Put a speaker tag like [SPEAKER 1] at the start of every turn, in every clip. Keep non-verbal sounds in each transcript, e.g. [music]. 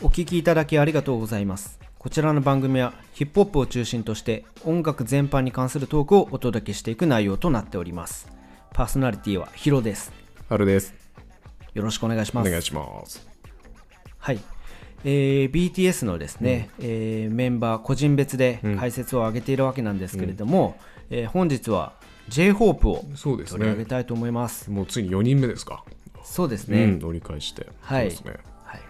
[SPEAKER 1] 聴きいただきありがとうございますこちらの番組はヒップホップを中心として音楽全般に関するトークをお届けしていく内容となっておりますパーソナリティはヒロです
[SPEAKER 2] 春です。
[SPEAKER 1] よろしくお願いし
[SPEAKER 2] お
[SPEAKER 1] ます
[SPEAKER 2] 願いします。
[SPEAKER 1] はい、えー BTS のですね、えーメンバー個人別で解説を上げているわけなんですけれども、えー本日は J−HOPE を
[SPEAKER 2] そうです
[SPEAKER 1] 取り上げ
[SPEAKER 2] ね。
[SPEAKER 1] たいと思います
[SPEAKER 2] もうついに4人目ですか。
[SPEAKER 1] そうです
[SPEAKER 2] う
[SPEAKER 1] ね、
[SPEAKER 2] ん、折り返して。
[SPEAKER 1] はい
[SPEAKER 2] そうですね。
[SPEAKER 1] はい、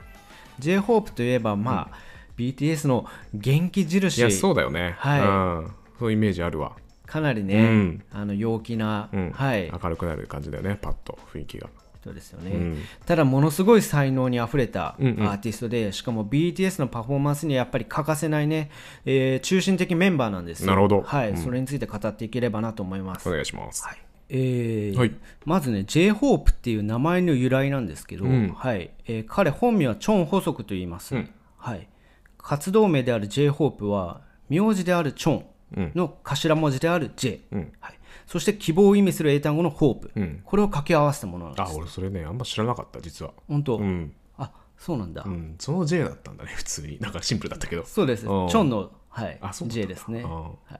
[SPEAKER 1] J−HOPE といえばまあ、BTS の元気
[SPEAKER 2] い
[SPEAKER 1] 印
[SPEAKER 2] や、そうだよね。
[SPEAKER 1] はい
[SPEAKER 2] うん。そういうイメージあるわ。
[SPEAKER 1] かなりね、
[SPEAKER 2] うん
[SPEAKER 1] あの陽気な、
[SPEAKER 2] うん。
[SPEAKER 1] はい
[SPEAKER 2] 明るくなる感じだよね、パッと雰囲気が。
[SPEAKER 1] 人ですよね、
[SPEAKER 2] うん
[SPEAKER 1] ただものすごい才能にあふれたア
[SPEAKER 2] うんうん
[SPEAKER 1] ーティストで、しかも BTS のパフォーマンスにはやっぱり欠かせないね、えー中心的メンバーなんですよ
[SPEAKER 2] なるほど
[SPEAKER 1] はい
[SPEAKER 2] うん
[SPEAKER 1] それについて語っていければなと思います、
[SPEAKER 2] お願いします。
[SPEAKER 1] はいえー
[SPEAKER 2] はい
[SPEAKER 1] まずね J−HOPE っていう名前の由来なんですけど、
[SPEAKER 2] うん
[SPEAKER 1] はいえー彼本名はチョン・ホソクと言います、
[SPEAKER 2] うん
[SPEAKER 1] はい、活動名である J−HOPE は名字であるチョン
[SPEAKER 2] うん。
[SPEAKER 1] の頭文字である J、
[SPEAKER 2] うん。
[SPEAKER 1] はい、そして希望を意味する英単語の HOPE、
[SPEAKER 2] うん。
[SPEAKER 1] これを掛け合わせたものなんで
[SPEAKER 2] あ、
[SPEAKER 1] す
[SPEAKER 2] 俺それね、あんま知らなかった、実は。
[SPEAKER 1] 本当、
[SPEAKER 2] うん。
[SPEAKER 1] あそうなんだ、
[SPEAKER 2] うん。その J だったんだね、普通に。なんかシンプルだったけど。
[SPEAKER 1] そうですチ
[SPEAKER 2] うん
[SPEAKER 1] ョンの、はい
[SPEAKER 2] あそう、だった
[SPEAKER 1] J ですね、
[SPEAKER 2] うん
[SPEAKER 1] はい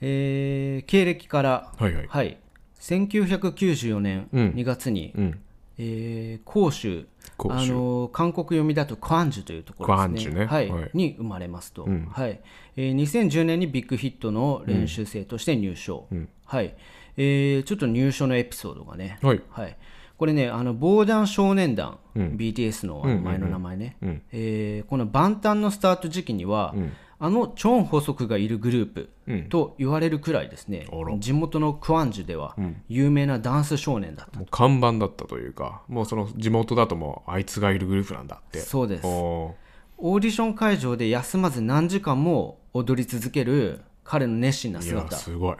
[SPEAKER 1] えー経歴から、
[SPEAKER 2] はいはい。
[SPEAKER 1] はい、1994年
[SPEAKER 2] うん
[SPEAKER 1] 2月に、
[SPEAKER 2] うん。
[SPEAKER 1] えー広州
[SPEAKER 2] 広
[SPEAKER 1] あ
[SPEAKER 2] 州
[SPEAKER 1] のー韓国読みだとクアンジュというところですね
[SPEAKER 2] クアンジュね
[SPEAKER 1] はい
[SPEAKER 2] はい
[SPEAKER 1] に生まれますと、
[SPEAKER 2] うん
[SPEAKER 1] はいえー2010年にビッグヒットの練習生として入賞、
[SPEAKER 2] うん
[SPEAKER 1] はいえーちょっと入賞のエピソードがね、
[SPEAKER 2] はい。
[SPEAKER 1] はい、これねあの防弾少年団、
[SPEAKER 2] うん
[SPEAKER 1] BTS のあの前の名前ね、
[SPEAKER 2] うん。
[SPEAKER 1] えーこの万端のスタート時期には、
[SPEAKER 2] うん
[SPEAKER 1] あのチョン・ホソクがいるグループ
[SPEAKER 2] うん。
[SPEAKER 1] と言われるくらいですね、
[SPEAKER 2] あら
[SPEAKER 1] 地元のクアンジュでは
[SPEAKER 2] うん
[SPEAKER 1] 有名なダンス少年だった、
[SPEAKER 2] もう看板だったというか、もうその地元だともうあいつがいるグループなんだって。
[SPEAKER 1] そうです
[SPEAKER 2] おー
[SPEAKER 1] オーディション会場で休まず何時間も踊り続ける彼の熱心ない
[SPEAKER 2] や
[SPEAKER 1] 姿、
[SPEAKER 2] すごい、う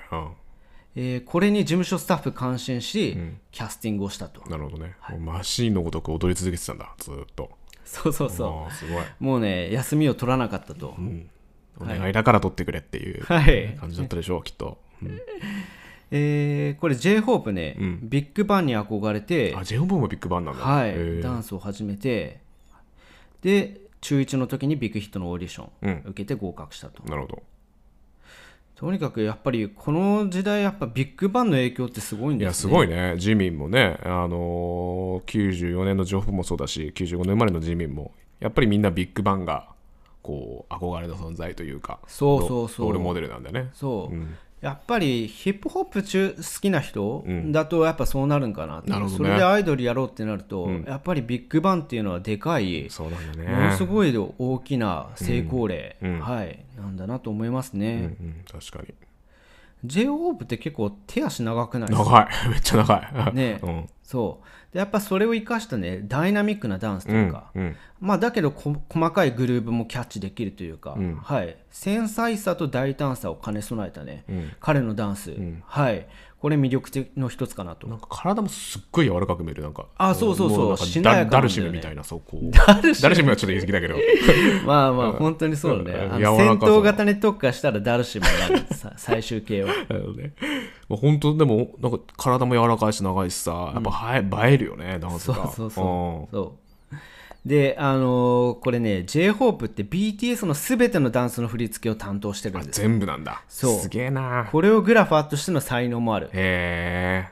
[SPEAKER 1] えーこれに事務所スタッフ感心し、
[SPEAKER 2] ん
[SPEAKER 1] キャスティングをしたと
[SPEAKER 2] ん、なるほどね、もうマシーンのごとく踊り続けてたんだずーっと
[SPEAKER 1] そうそうそ
[SPEAKER 2] あーすごい、
[SPEAKER 1] うもうね休みを取らなかったと、
[SPEAKER 2] うん、お願いだから撮ってくれっていう
[SPEAKER 1] はい
[SPEAKER 2] 感じだったでしょう、きっと、うん、
[SPEAKER 1] えーこれ J−HOPE ね、
[SPEAKER 2] うん
[SPEAKER 1] ビッグバンに憧れて
[SPEAKER 2] あジェオンボーもビッグバンなんだ
[SPEAKER 1] は
[SPEAKER 2] へ
[SPEAKER 1] い、
[SPEAKER 2] ー
[SPEAKER 1] ダンスを始めてで中1の時にビッグヒットのオーディション
[SPEAKER 2] うん
[SPEAKER 1] 受けて合格したと、
[SPEAKER 2] なるほど
[SPEAKER 1] とにかくやっぱりこの時代やっぱビッグバンの影響ってすごいん
[SPEAKER 2] い
[SPEAKER 1] で
[SPEAKER 2] や
[SPEAKER 1] す
[SPEAKER 2] す
[SPEAKER 1] ね
[SPEAKER 2] ごいねジミンもね、あのー、94年の情報もそうだし95年生まれのジミンもやっぱりみんなビッグバンがこう憧れの存在というか
[SPEAKER 1] そうそうそう
[SPEAKER 2] ロールモデルなんだよね
[SPEAKER 1] そう、
[SPEAKER 2] うん
[SPEAKER 1] やっぱりヒップホップ中好きな人だとやっぱそうなるんかなっていう
[SPEAKER 2] なるほど
[SPEAKER 1] そ
[SPEAKER 2] ね
[SPEAKER 1] れでアイドルやろうってなると、やっぱりビッグバンっていうのはでかい
[SPEAKER 2] そうなんだね
[SPEAKER 1] ものすごい大きな成功例、
[SPEAKER 2] うんうん
[SPEAKER 1] はい、なんだなと思いますね、
[SPEAKER 2] うんうん、確かに
[SPEAKER 1] J−HOPE って結構手足長くないですか
[SPEAKER 2] 長い [laughs] めっちゃ長い
[SPEAKER 1] ね
[SPEAKER 2] うん
[SPEAKER 1] そうでやっぱそれを生かしたねダイナミックなダンスというか、
[SPEAKER 2] うんうん
[SPEAKER 1] まあ、だけどこ細かいグルーヴもキャッチできるというか、
[SPEAKER 2] うん
[SPEAKER 1] はい、繊細さと大胆さを兼ね備えたね、
[SPEAKER 2] うん
[SPEAKER 1] 彼のダンス、
[SPEAKER 2] ん
[SPEAKER 1] はい、これ魅力的の一つかなと
[SPEAKER 2] なんか体もすっごい柔らかく見えるなんか
[SPEAKER 1] あそうそうそう
[SPEAKER 2] もなんか
[SPEAKER 1] しなやかなんだよね
[SPEAKER 2] ダルシムみたいなそうこうダルシムはちょっと言い過ぎだけど
[SPEAKER 1] まあまあ本当にそうだね、
[SPEAKER 2] うん
[SPEAKER 1] あ
[SPEAKER 2] 柔
[SPEAKER 1] の
[SPEAKER 2] らかさ
[SPEAKER 1] 戦闘型に特化したらダルシムにな
[SPEAKER 2] [laughs]
[SPEAKER 1] るさ最終形は
[SPEAKER 2] あのねまあ本当でもなんか体も柔らかいし長いしさやっぱ映え,、映えるよねダンス
[SPEAKER 1] そう
[SPEAKER 2] が
[SPEAKER 1] そうそうそうであのーこれね J−HOPE って BTS の全てのダンスの振り付けを担当してる
[SPEAKER 2] うんん
[SPEAKER 1] で
[SPEAKER 2] あ
[SPEAKER 1] す
[SPEAKER 2] 全部なんだ
[SPEAKER 1] そう
[SPEAKER 2] すげえな
[SPEAKER 1] これをグラファーとしての才能もある
[SPEAKER 2] へ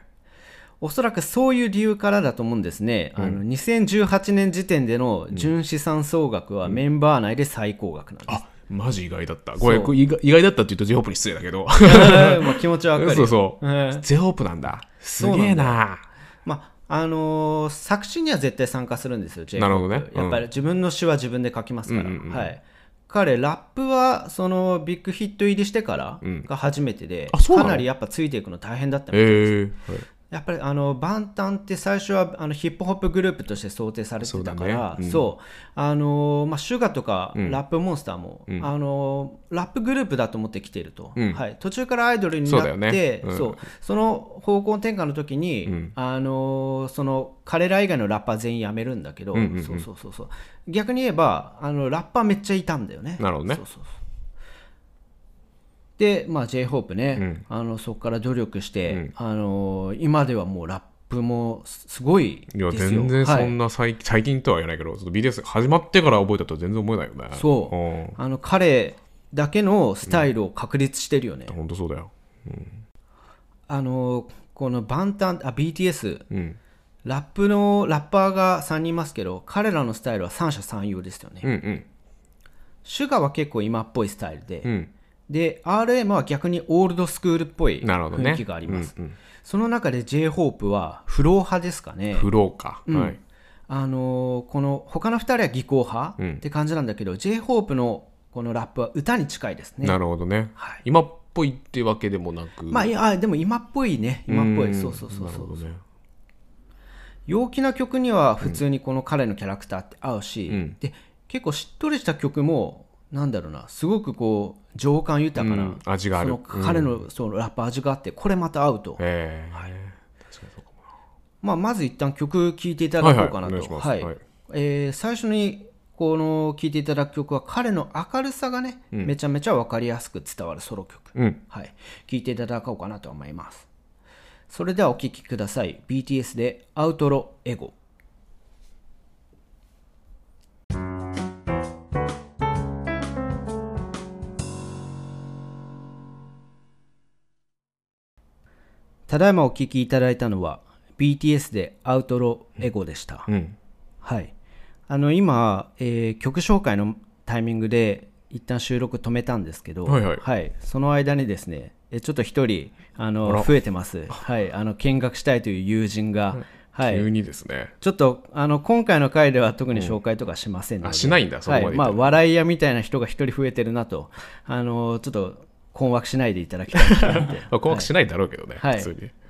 [SPEAKER 1] おそらくそういう理由からだと思うんですね、あの2018年時点での純資産総額はメンバー内で最高額なん
[SPEAKER 2] え
[SPEAKER 1] で
[SPEAKER 2] あマジ意外だったこれ
[SPEAKER 1] そう
[SPEAKER 2] これ意外意外だったって言うと j ホープに失礼だけど
[SPEAKER 1] す、 [laughs] まあ気持ちはわかるよ
[SPEAKER 2] そうそう、
[SPEAKER 1] うん
[SPEAKER 2] j ホープなんだすげ
[SPEAKER 1] そうな
[SPEAKER 2] え
[SPEAKER 1] んだ
[SPEAKER 2] な
[SPEAKER 1] まああのー作詞には絶対参加するんですよ J
[SPEAKER 2] なるほどねうん
[SPEAKER 1] やっぱり自分の詩は自分で書きますから、
[SPEAKER 2] うんうんうん
[SPEAKER 1] はい彼ラップはそのビッグヒット入りしてから
[SPEAKER 2] うん
[SPEAKER 1] が初めてで、
[SPEAKER 2] あそうな
[SPEAKER 1] か
[SPEAKER 2] の
[SPEAKER 1] なりやっぱついていくの大変だったみたい
[SPEAKER 2] へえ
[SPEAKER 1] やっぱりあのバンタンって最初はあのヒップホップグループとして想定されてたか
[SPEAKER 2] そうだ
[SPEAKER 1] ら
[SPEAKER 2] ねうん
[SPEAKER 1] そうあのーまあシュガとかラップモンスターも
[SPEAKER 2] うん
[SPEAKER 1] あのーラップグループだと思ってきていると
[SPEAKER 2] うん
[SPEAKER 1] はい途中からアイドルに
[SPEAKER 2] そう
[SPEAKER 1] な
[SPEAKER 2] だよ
[SPEAKER 1] っ
[SPEAKER 2] ね
[SPEAKER 1] て
[SPEAKER 2] うん
[SPEAKER 1] そうその方向転換の時
[SPEAKER 2] う
[SPEAKER 1] に
[SPEAKER 2] ん
[SPEAKER 1] あのーその彼ら以外のラッパー全員辞めるんだけど
[SPEAKER 2] うんうんうん
[SPEAKER 1] そうそうそうそう逆に言えばあのラッパーめっちゃいたんだよね
[SPEAKER 2] なるほどね
[SPEAKER 1] そうそうそうで、まあ、J−HOPE ね、
[SPEAKER 2] うん
[SPEAKER 1] あのそこから努力して、
[SPEAKER 2] うん
[SPEAKER 1] あの今ではもうラップもすすごい
[SPEAKER 2] いや
[SPEAKER 1] ですよ
[SPEAKER 2] 全然そん
[SPEAKER 1] はい
[SPEAKER 2] な最,、最近とは言えないけどちょっと BTS 始まってから覚えたとは全然思えないよね
[SPEAKER 1] そう
[SPEAKER 2] うん
[SPEAKER 1] あの彼だけのスタイルを確立してるよね、
[SPEAKER 2] 本当そうだよ
[SPEAKER 1] あのこのバンタンあ BTS
[SPEAKER 2] うん
[SPEAKER 1] ラップのラッパーが3人いますけど彼らのスタイルは三者三様ですよね、
[SPEAKER 2] うんうん
[SPEAKER 1] シュガーは結構今っぽいスタイルで、
[SPEAKER 2] うん
[SPEAKER 1] で RM は逆にオールドスクールっぽい
[SPEAKER 2] なるほどね
[SPEAKER 1] 雰囲気があります、
[SPEAKER 2] うんうん
[SPEAKER 1] その中で J−HOPE はフロー派ですかね
[SPEAKER 2] フローか、はい
[SPEAKER 1] あのーこの他の2人は技巧派、
[SPEAKER 2] うん
[SPEAKER 1] って感じなんだけど J−HOPE のこのラップは歌に近いですね
[SPEAKER 2] なるほどね、
[SPEAKER 1] はい
[SPEAKER 2] 今っぽいってわけでもなく
[SPEAKER 1] まあいやあでも今っぽいね今っぽいそうそうそう
[SPEAKER 2] なる
[SPEAKER 1] そ
[SPEAKER 2] ほ
[SPEAKER 1] う
[SPEAKER 2] どね
[SPEAKER 1] 陽気な曲には普通にこの彼のキャラクターって合うし、
[SPEAKER 2] うん
[SPEAKER 1] で結構しっとりした曲もなんだろうなすごくこう情感豊かな、
[SPEAKER 2] うん味がある
[SPEAKER 1] その彼のそのラップ味があってこれまた合うと、
[SPEAKER 2] ええ確かにそうかも
[SPEAKER 1] まあ、まず一旦曲聴いていただこうかな
[SPEAKER 2] はいはいお願い
[SPEAKER 1] と
[SPEAKER 2] します
[SPEAKER 1] はい
[SPEAKER 2] はい
[SPEAKER 1] えー最初にこの聴いていただく曲は彼の明るさがね、めちゃめちゃ分かりやすく伝わるソロ曲
[SPEAKER 2] うん
[SPEAKER 1] はい、聴いていただこうかなと思いますそれではお聴きください BTS で「アウトロエゴ」ただいまお聴きいただいたのは BTS で「アウトロエゴ」でした、
[SPEAKER 2] うん
[SPEAKER 1] はい、あの今、えー曲紹介のタイミングで一旦収録止めたんですけど、
[SPEAKER 2] はいはい
[SPEAKER 1] その間にですねえちょっと一人あの
[SPEAKER 2] あら
[SPEAKER 1] 増えて
[SPEAKER 2] [laughs]
[SPEAKER 1] ます、はい、あの見学したいという友人が、はい、
[SPEAKER 2] 急にですね
[SPEAKER 1] ちょっとあの今回の回では特に紹介とかしませんので、
[SPEAKER 2] あしないんだそこま
[SPEAKER 1] は
[SPEAKER 2] で
[SPEAKER 1] いま
[SPEAKER 2] 言ったら
[SPEAKER 1] あ、笑い屋みたいな人が一人増えてるなとあのちょっと困惑しないでいただきたいなって
[SPEAKER 2] まあ困惑しないだろうけどね、
[SPEAKER 1] はい
[SPEAKER 2] 普通に
[SPEAKER 1] [laughs]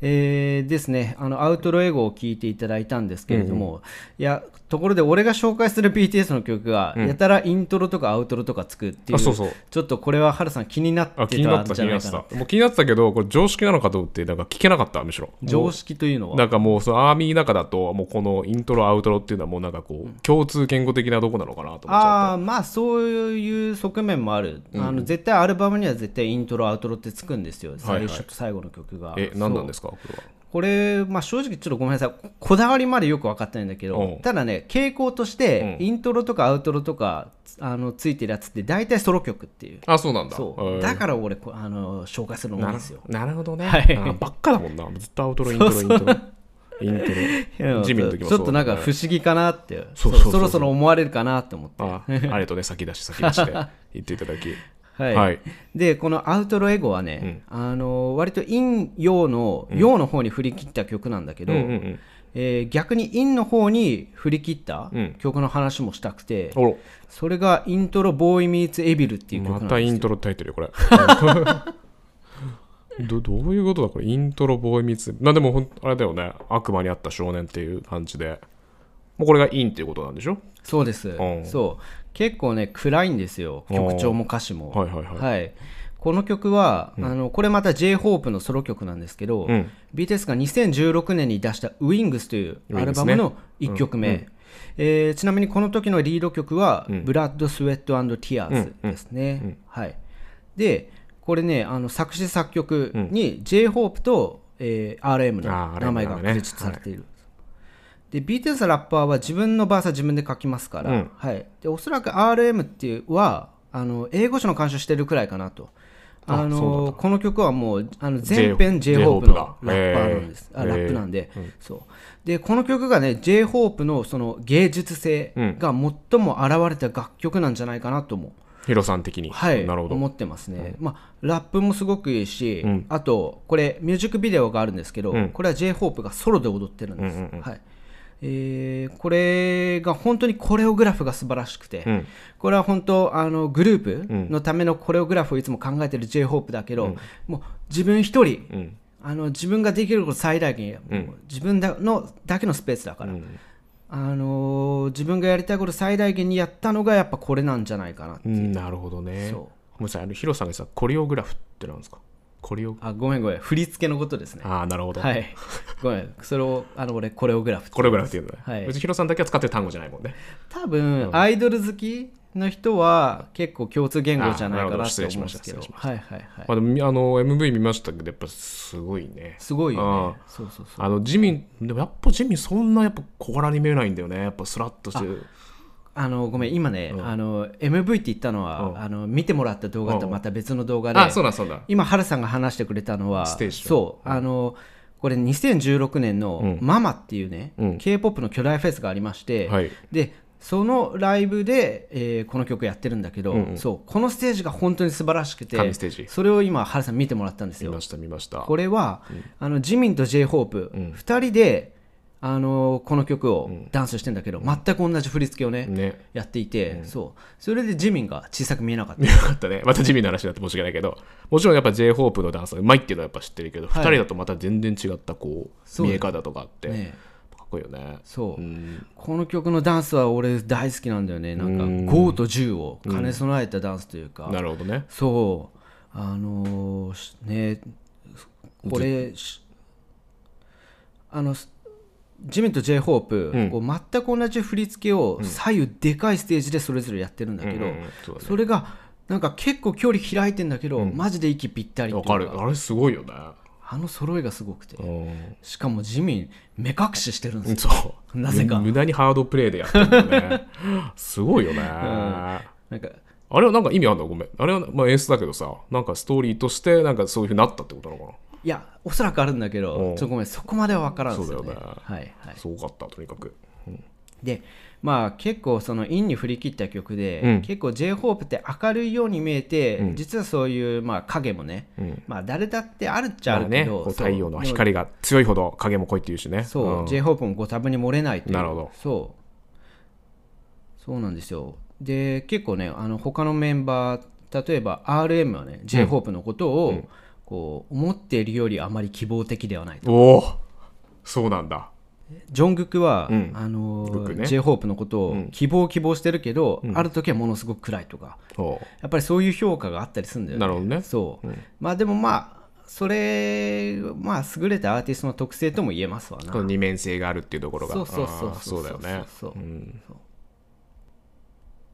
[SPEAKER 1] えーですね、あのアウトロエゴを聞いていただいたんですけれども、いやところで俺が紹介する BTS の曲が、やたらイントロとかアウトロとかつくっていう
[SPEAKER 2] あそうそう
[SPEAKER 1] ちょっとこれはハルさん気になってた
[SPEAKER 2] あ
[SPEAKER 1] んじ
[SPEAKER 2] 気に
[SPEAKER 1] ゃ
[SPEAKER 2] な
[SPEAKER 1] な
[SPEAKER 2] っ
[SPEAKER 1] い
[SPEAKER 2] て
[SPEAKER 1] か
[SPEAKER 2] た気にな
[SPEAKER 1] な
[SPEAKER 2] ってたもう気になってたけどこれ常識なのかと思ってなんか聞けなかったむしろ
[SPEAKER 1] 常識というのは
[SPEAKER 2] なんかもうそのアーミーの中だともうこのイントロアウトロっていうのはもうなんかこう共通言語的なとこなのかなと思っちゃ
[SPEAKER 1] ああまあそういう側面もある、あの絶対アルバムには絶対イントロアウトロってつくんですよ
[SPEAKER 2] はいは
[SPEAKER 1] 最
[SPEAKER 2] い
[SPEAKER 1] 初と最後の曲が、
[SPEAKER 2] え何なんですかこれは
[SPEAKER 1] これ、まあ、正直ちょっとごめんなさいここだわりまでよく分かってないんだけ
[SPEAKER 2] う
[SPEAKER 1] ど
[SPEAKER 2] ん
[SPEAKER 1] ただね傾向としてイントロとかアウトロとかあのついてるやつって大体ソロ曲っていう
[SPEAKER 2] あそうなんだ
[SPEAKER 1] そう
[SPEAKER 2] えー
[SPEAKER 1] だから俺こあの紹介するの多いんですよ
[SPEAKER 2] なるほどね、
[SPEAKER 1] はい
[SPEAKER 2] あばっかだもんなずっとアウトロイントロイントロイント
[SPEAKER 1] いや
[SPEAKER 2] ロジミの時も
[SPEAKER 1] ち
[SPEAKER 2] そう
[SPEAKER 1] ょっとなんか不
[SPEAKER 2] はい
[SPEAKER 1] 思議かなって
[SPEAKER 2] そ
[SPEAKER 1] そう
[SPEAKER 2] そうそうそう
[SPEAKER 1] ろそろ思われるかなって思って [laughs]
[SPEAKER 2] ああれとね先出し先出しで言っていただき
[SPEAKER 1] はい、
[SPEAKER 2] はい
[SPEAKER 1] でこの「アウトロエゴ」はね、あの割と陰陽の陽の方に振り切った曲なんだけど、
[SPEAKER 2] うんうんうん
[SPEAKER 1] えー逆に陰の方に振り切った
[SPEAKER 2] うん
[SPEAKER 1] 曲の話もしたくて、
[SPEAKER 2] おろ
[SPEAKER 1] それがイントロ「ボーイ・ミーツ・エビル」っていう曲な
[SPEAKER 2] ま
[SPEAKER 1] んです
[SPEAKER 2] た
[SPEAKER 1] よ
[SPEAKER 2] イントロタイトルよこれ [laughs] どどういうことだこれイントロボーイミツまあでもほんあれだよね悪魔にあった少年っていう感じでもうこれがインっていうことなんでしょ
[SPEAKER 1] そうです、
[SPEAKER 2] うん
[SPEAKER 1] そう結構ね暗いんですよ曲調も歌詞も、
[SPEAKER 2] はいはいはい
[SPEAKER 1] この曲は、あのこれまた J−HOPE のソロ曲なんですけど、
[SPEAKER 2] うん
[SPEAKER 1] BTS が2016年に出した「Wings」というアルバムの1曲目、えーちなみにこの時のリード曲は「Blood, Sweat and Tears」ですね、はい、でこれねあの作詞作曲に J−HOPE と、えー RM
[SPEAKER 2] あー
[SPEAKER 1] の
[SPEAKER 2] RM
[SPEAKER 1] 名前がクレジットされている、で BTS ラッパーは自分のバースは自分で書きますから、
[SPEAKER 2] うん
[SPEAKER 1] はい、でおそらく RM っていうはあの英語詞の監修してるくらいかなとあのこの曲はもうあの全編
[SPEAKER 2] J-
[SPEAKER 1] J−HOPE
[SPEAKER 2] J-Hope
[SPEAKER 1] の
[SPEAKER 2] が
[SPEAKER 1] ラッパーなんです、
[SPEAKER 2] へー
[SPEAKER 1] あラップなんで、そうでこの曲がね J−HOPE のその芸術性が最も現れた楽曲なんじゃないかなと思う、
[SPEAKER 2] ヒロさん的に
[SPEAKER 1] はい、
[SPEAKER 2] なるほど
[SPEAKER 1] 思ってますね、まあ、ラップもすごくいいし、あとこれミュージックビデオがあるんですけど、これは J−HOPE がソロで踊ってるんです、はいえーこれが本当にコレオグラフが素晴らしくて、
[SPEAKER 2] ん
[SPEAKER 1] これは本当あのグループのためのコレオグラフをいつも考えてる J−HOPE だけど、もう自分一人、あの自分ができること最大限、もう自分だのだけのスペースだから、あのー自分がやりたいこと最大限にやったのがやっぱこれなんじゃないかなって
[SPEAKER 2] うんなるほどね
[SPEAKER 1] そう
[SPEAKER 2] ごめんなさいあのヒロさんがさコレオグラフってなんですかコレオ
[SPEAKER 1] あごめんごめん振り付けのことですね
[SPEAKER 2] ああなるほど、
[SPEAKER 1] はいごめんそれをあの俺コレオグラフって
[SPEAKER 2] コレオグラフっていうのね、
[SPEAKER 1] はいう
[SPEAKER 2] ちヒロさんだけは使ってる単語じゃないもんね
[SPEAKER 1] 多分アイドル好きの人は結構共通言語じゃないか
[SPEAKER 2] あなるほど
[SPEAKER 1] なと
[SPEAKER 2] 失
[SPEAKER 1] 思う
[SPEAKER 2] 礼し
[SPEAKER 1] ん
[SPEAKER 2] ま
[SPEAKER 1] で
[SPEAKER 2] した
[SPEAKER 1] すけど
[SPEAKER 2] 失礼しま
[SPEAKER 1] はいはいはい
[SPEAKER 2] まあ、でもみあの MV 見ましたけどやっぱすごいね
[SPEAKER 1] すごいよね
[SPEAKER 2] あ
[SPEAKER 1] そうそうそう
[SPEAKER 2] あのジミンでもやっぱジミンそんなやっぱ小柄に見えないんだよねやっぱスラッとしてる
[SPEAKER 1] あのごめん今ね、あの MV って言ったのは、
[SPEAKER 2] うん
[SPEAKER 1] あの見てもらった動画と
[SPEAKER 2] うん
[SPEAKER 1] また別の動画で、
[SPEAKER 2] あそうだそうだ
[SPEAKER 1] 今ハルさんが話してくれたのは
[SPEAKER 2] ステージの
[SPEAKER 1] そうあのこれ2016年の「ママっていうね、
[SPEAKER 2] うん
[SPEAKER 1] k p o p の巨大フェスがありまして、
[SPEAKER 2] はい
[SPEAKER 1] でそのライブで、えーこの曲やってるんだけど、そうこのステージが本当に素晴らしくて
[SPEAKER 2] 神ステージ
[SPEAKER 1] それを今ハルさん見てもらったんです
[SPEAKER 2] 見
[SPEAKER 1] よ
[SPEAKER 2] ました見ました
[SPEAKER 1] これは、あのジミンと j ホープ2人で、あのこの曲をダンスしてんだけど、全く同じ振り付けをね
[SPEAKER 2] ね [laughs]
[SPEAKER 1] やっていて、そうそれでジミンが小さく見えなかった
[SPEAKER 2] 見なかったねまたジミンの話になって申し訳ないけどもちろんやっぱ j ホープのダンスがうまいっていうのはやっぱ知ってるけど、二
[SPEAKER 1] い
[SPEAKER 2] 人だとまた全然違ったこう
[SPEAKER 1] そう
[SPEAKER 2] 見
[SPEAKER 1] だ
[SPEAKER 2] え
[SPEAKER 1] よ
[SPEAKER 2] 方とかあって、
[SPEAKER 1] ね
[SPEAKER 2] かっこいいよね
[SPEAKER 1] そう、
[SPEAKER 2] ん
[SPEAKER 1] この曲のダンスは俺大好きなんだよねなんか
[SPEAKER 2] うん
[SPEAKER 1] 5と10を兼ね備えたダンスというか、
[SPEAKER 2] なるほどね
[SPEAKER 1] そうあのーしねこれしあのすジミンと j ホープ、
[SPEAKER 2] うん
[SPEAKER 1] こう全く同じ振り付けを左右でかいステージでそれぞれやってるんだけど、
[SPEAKER 2] うんうんうんそうだね
[SPEAKER 1] それがなんか結構距離開いてんだけど、マジで息ぴったりって
[SPEAKER 2] わ
[SPEAKER 1] いうか
[SPEAKER 2] かるあれすごいよね
[SPEAKER 1] あの揃いがすごくて
[SPEAKER 2] う
[SPEAKER 1] しかもジミン目隠ししてるんですよ
[SPEAKER 2] んそう
[SPEAKER 1] なぜか
[SPEAKER 2] む無駄にハードプレイでやってるんだね
[SPEAKER 1] [laughs]
[SPEAKER 2] すごいよね、
[SPEAKER 1] なんか
[SPEAKER 2] あれはなんか意味あんのごめんあれは、まあ、演出だけどさなんかストーリーとしてなんかそういうふうになったってことなのか
[SPEAKER 1] いやおそらくあるんだけどち
[SPEAKER 2] う
[SPEAKER 1] ょ
[SPEAKER 2] ん
[SPEAKER 1] っとごめんそこまでは分からんですよ
[SPEAKER 2] そう
[SPEAKER 1] ね
[SPEAKER 2] だよね
[SPEAKER 1] はいは
[SPEAKER 2] な、
[SPEAKER 1] い
[SPEAKER 2] すごかったとにかく
[SPEAKER 1] でまあ結構そのインに振り切った曲で、
[SPEAKER 2] うん
[SPEAKER 1] 結構 j ホープって明るいように見えて、実はそういうまあ影もね、まあ誰だってあるっちゃあ
[SPEAKER 2] ま
[SPEAKER 1] る
[SPEAKER 2] あ
[SPEAKER 1] け
[SPEAKER 2] ね
[SPEAKER 1] ど、
[SPEAKER 2] こう
[SPEAKER 1] そう
[SPEAKER 2] 太陽の光が強いほど影も濃いっていうしね
[SPEAKER 1] そう、
[SPEAKER 2] ん
[SPEAKER 1] j ホープもご多分に漏れないっていう
[SPEAKER 2] なるほど
[SPEAKER 1] そうそうなんですよで結構ねあの他のメンバー例えば RM はね j ホープのことを、こう思っているよりあまり希望的ではないと
[SPEAKER 2] おおそうなんだ
[SPEAKER 1] ジョングクは、
[SPEAKER 2] うん
[SPEAKER 1] あの
[SPEAKER 2] グクね
[SPEAKER 1] j ホープのことを希望希望してるけど、ある時はものすごく暗いとか
[SPEAKER 2] お
[SPEAKER 1] やっぱりそういう評価があったりするんだよね。
[SPEAKER 2] なるほどね
[SPEAKER 1] そう、まあでもまあそれまあ優れたアーティストの特性とも言えますわな。
[SPEAKER 2] この二面性があるっていうところが
[SPEAKER 1] そうそうそう
[SPEAKER 2] あーそうだよね
[SPEAKER 1] そうそうそう
[SPEAKER 2] うん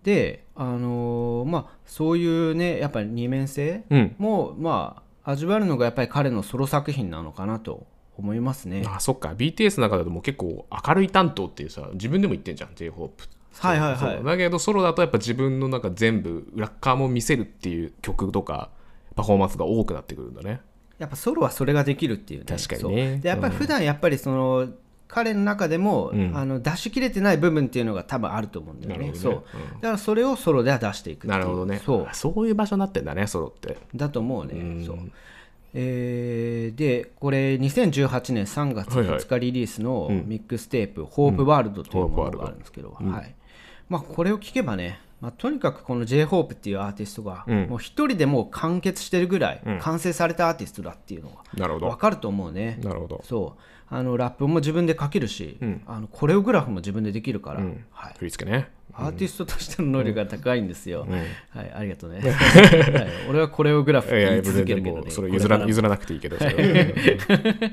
[SPEAKER 1] であのーまあそういうねやっぱり二面性
[SPEAKER 2] うん
[SPEAKER 1] も、まあ味わえるのがやっぱり彼のソロ作品なのかなと思いますね。
[SPEAKER 2] あそっか BTS の中だともう結構明るい担当っていうさ自分でも言ってんじゃん j h o p
[SPEAKER 1] はいはいはい。
[SPEAKER 2] だけどソロだとやっぱ自分の中全部裏っ側も見せるっていう曲とかパフォーマンスが多くなってくるんだね
[SPEAKER 1] やっぱソロはそれができるっていう、ね、
[SPEAKER 2] 確かにね
[SPEAKER 1] そうでやっぱり普段やっぱりその、彼の中でも、あの出し切れてない部分っていうのが多分あると思うんだよね
[SPEAKER 2] なるほ
[SPEAKER 1] そ
[SPEAKER 2] ど
[SPEAKER 1] う
[SPEAKER 2] ね
[SPEAKER 1] だからそれをソロでは出していくっていう
[SPEAKER 2] なるほどね
[SPEAKER 1] そう
[SPEAKER 2] あそういう場所になってんだねソロって
[SPEAKER 1] だと思うね、そうえーでこれ2018年3月2日リリースのミックステープ「ホープワールド」というものがあるんですけど、はいまあ、これを聞けばね、まあ、とにかくこの j h o p e っていうアーティストがもう一人でもう完結してるぐらい完成されたアーティストだっていうの
[SPEAKER 2] なるほ
[SPEAKER 1] が分
[SPEAKER 2] ど
[SPEAKER 1] かると思うね。
[SPEAKER 2] なるほど
[SPEAKER 1] そうあのラップも自分で書けるし、あのコレオグラフも自分でできるから、はい、
[SPEAKER 2] 振り付けね
[SPEAKER 1] アーティストとしての能力が高いんですよ。はい、ありがとう
[SPEAKER 2] [laughs]
[SPEAKER 1] ね。はい俺はコレオグラフっ
[SPEAKER 2] いや
[SPEAKER 1] て言い
[SPEAKER 2] いや
[SPEAKER 1] 続けるけ
[SPEAKER 2] 全然
[SPEAKER 1] どね。
[SPEAKER 2] もうそれ
[SPEAKER 1] こ
[SPEAKER 2] 譲ら
[SPEAKER 1] から
[SPEAKER 2] 譲らなくていいけどそれは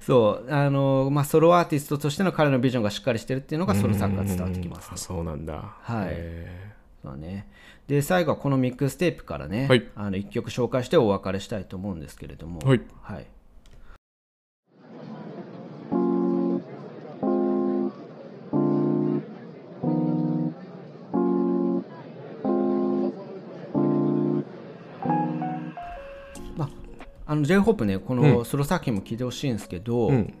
[SPEAKER 1] [laughs] そう、あの、まあ、ソロアーティストとしての彼のビジョンがしっかりしてるっていうのがソロ作が伝わってきます。
[SPEAKER 2] あそうなんだ
[SPEAKER 1] はい
[SPEAKER 2] え
[SPEAKER 1] そうね。で、最後はこのミックステープからね、
[SPEAKER 2] はい
[SPEAKER 1] あの一曲紹介してお別れしたいと思うんですけれども、
[SPEAKER 2] はい
[SPEAKER 1] はいまあ、あの J−HOPE ねこのソロ作品も聴いてほしいんですけど、
[SPEAKER 2] ん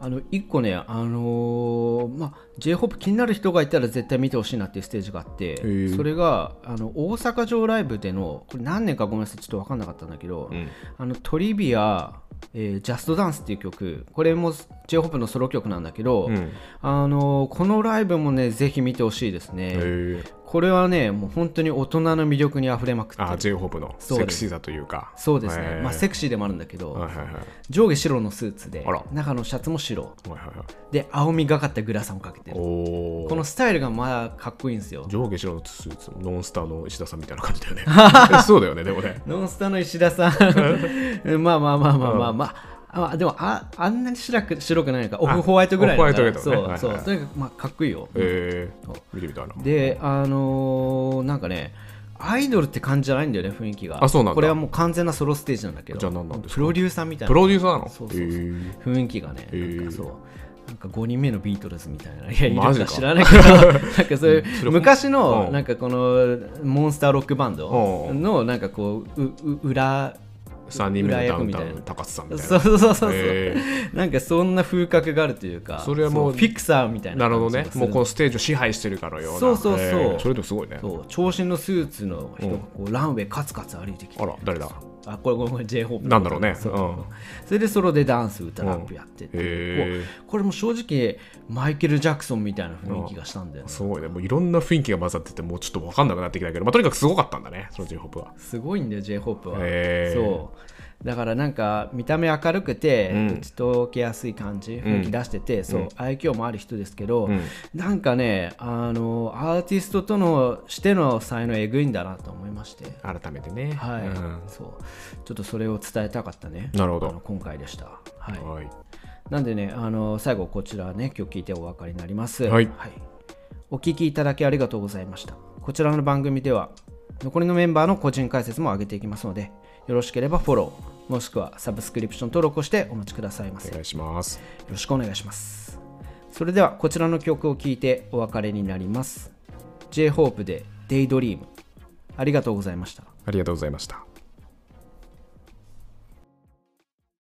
[SPEAKER 1] あの一個ね、あのーまあ、J−HOPE 気になる人がいたら絶対見てほしいなっていうステージがあって
[SPEAKER 2] ー
[SPEAKER 1] それがあの大阪城ライブでのこれ何年かごめんなさいちょっと分かんなかったんだけど、あのトリビア、えージャストダンスっていう曲これも J−HOPE のソロ曲なんだけど、あのーこのライブもねぜひ見てほしいですね、
[SPEAKER 2] へえ
[SPEAKER 1] これはねもう本当に大人の魅力にあふれまくって
[SPEAKER 2] あ
[SPEAKER 1] る
[SPEAKER 2] j h o p の
[SPEAKER 1] そう
[SPEAKER 2] セ
[SPEAKER 1] で
[SPEAKER 2] ク
[SPEAKER 1] す
[SPEAKER 2] シーさというか
[SPEAKER 1] そうですね、
[SPEAKER 2] へえ
[SPEAKER 1] まあ、セクシーでもあるんだけど、
[SPEAKER 2] はいはいはい
[SPEAKER 1] 上下白のスーツで
[SPEAKER 2] あら
[SPEAKER 1] 中のシャツも白
[SPEAKER 2] はいはいはい
[SPEAKER 1] で青みがかったグラサンをかけてる
[SPEAKER 2] お
[SPEAKER 1] こ
[SPEAKER 2] お
[SPEAKER 1] のスタイルがまあかっこいいんですよ
[SPEAKER 2] 上下白のスーツノンスターの石田さんみたいな感じだよ
[SPEAKER 1] [laughs]
[SPEAKER 2] ねそうだよねでもね
[SPEAKER 1] [laughs] ノンスタの石田さんまあまあまあまあまあまああでもああんなに白く白くないのかオフホワイトぐらい
[SPEAKER 2] オフホワイ
[SPEAKER 1] だか
[SPEAKER 2] トぐらいだ
[SPEAKER 1] ら
[SPEAKER 2] ね
[SPEAKER 1] そう
[SPEAKER 2] はい
[SPEAKER 1] そ
[SPEAKER 2] は
[SPEAKER 1] うと
[SPEAKER 2] い
[SPEAKER 1] にかくまあかっこいいよ
[SPEAKER 2] えー、見てみたいな
[SPEAKER 1] であのーなんかねアイドルって感じじゃないんだよね雰囲気が
[SPEAKER 2] あそうなんだ
[SPEAKER 1] これはもう完全なソロステージなんだけど
[SPEAKER 2] じゃあ何なんですか
[SPEAKER 1] プロデューサーみたいな
[SPEAKER 2] プロデューサーなの
[SPEAKER 1] そうそうそう
[SPEAKER 2] えー
[SPEAKER 1] 雰囲気がね、
[SPEAKER 2] ー
[SPEAKER 1] なんかそう。なんか5人目のビートルズみたいな、いや、いる
[SPEAKER 2] マジ
[SPEAKER 1] か
[SPEAKER 2] か
[SPEAKER 1] 知らないけど、なんかそう
[SPEAKER 2] [laughs] うんそ
[SPEAKER 1] い
[SPEAKER 2] れ
[SPEAKER 1] う昔の、
[SPEAKER 2] うん
[SPEAKER 1] なんかこのモンスターロックバンド
[SPEAKER 2] うん
[SPEAKER 1] の、なんかこう、うう裏、
[SPEAKER 2] 3人目のダウ
[SPEAKER 1] 裏
[SPEAKER 2] ンタ
[SPEAKER 1] 役み
[SPEAKER 2] ウ
[SPEAKER 1] たい
[SPEAKER 2] ン
[SPEAKER 1] な
[SPEAKER 2] 高津さんみたいな
[SPEAKER 1] そうそうそうそう、
[SPEAKER 2] え
[SPEAKER 1] なんかそんな風格があるというか、
[SPEAKER 2] それはもう
[SPEAKER 1] そフィクサーみたいな
[SPEAKER 2] なる
[SPEAKER 1] 感
[SPEAKER 2] ほど
[SPEAKER 1] じが
[SPEAKER 2] ね
[SPEAKER 1] す
[SPEAKER 2] も
[SPEAKER 1] る
[SPEAKER 2] うこのステージを支配してるかのような
[SPEAKER 1] そうそうそう
[SPEAKER 2] えーそれでもすごいね
[SPEAKER 1] そう、長身のスーツの人がこう、ランウェイカツカツ歩いてきて
[SPEAKER 2] あ、ら誰だ
[SPEAKER 1] あ、これ、これ、これ、j ホ o p
[SPEAKER 2] なんだろうね
[SPEAKER 1] そう
[SPEAKER 2] う
[SPEAKER 1] それ
[SPEAKER 2] ん
[SPEAKER 1] でソロでダンス、歌、ラップやってっていう、こう
[SPEAKER 2] え
[SPEAKER 1] これも正直マイケル・ジャクソンみたいな雰囲気がしたんだよ
[SPEAKER 2] ー、
[SPEAKER 1] ね、
[SPEAKER 2] すごいねもういろんな雰囲気が混ざっててもうちょっと分かんなくなってきたけど、まあ、とにかくすごかったんだねその j ホ o p は
[SPEAKER 1] すごいんだよ j ホープは、
[SPEAKER 2] へー
[SPEAKER 1] そうだからなんか見た目明るくて、
[SPEAKER 2] うん
[SPEAKER 1] 打ち解けやすい感じ雰囲気出してて、そう、
[SPEAKER 2] うん
[SPEAKER 1] 愛嬌もある人ですけど、
[SPEAKER 2] うん
[SPEAKER 1] なんかねあのアーティストとのしての才能えぐいんだなと思いまして
[SPEAKER 2] 改めてね
[SPEAKER 1] はい、
[SPEAKER 2] うん
[SPEAKER 1] そうちょっとそれを伝えたかったね
[SPEAKER 2] なるほど
[SPEAKER 1] あの今回でしたはい
[SPEAKER 2] はい
[SPEAKER 1] なんでね、あの最後こちらね、今日聞いてお分かりになります。
[SPEAKER 2] はい
[SPEAKER 1] お聞きいただきありがとうございました。こちらの番組では、残りのメンバーの個人解説も上げていきますので、よろしければフォロー、もしくはサブスクリプション登録をしてお待ちくださいませ。
[SPEAKER 2] お
[SPEAKER 1] よ
[SPEAKER 2] 願いします
[SPEAKER 1] ろしくお願いします。それでは、こちらの曲を聴いてお別れになります。J-Hope で Daydream。ありがとうございました。
[SPEAKER 2] ありがとうございました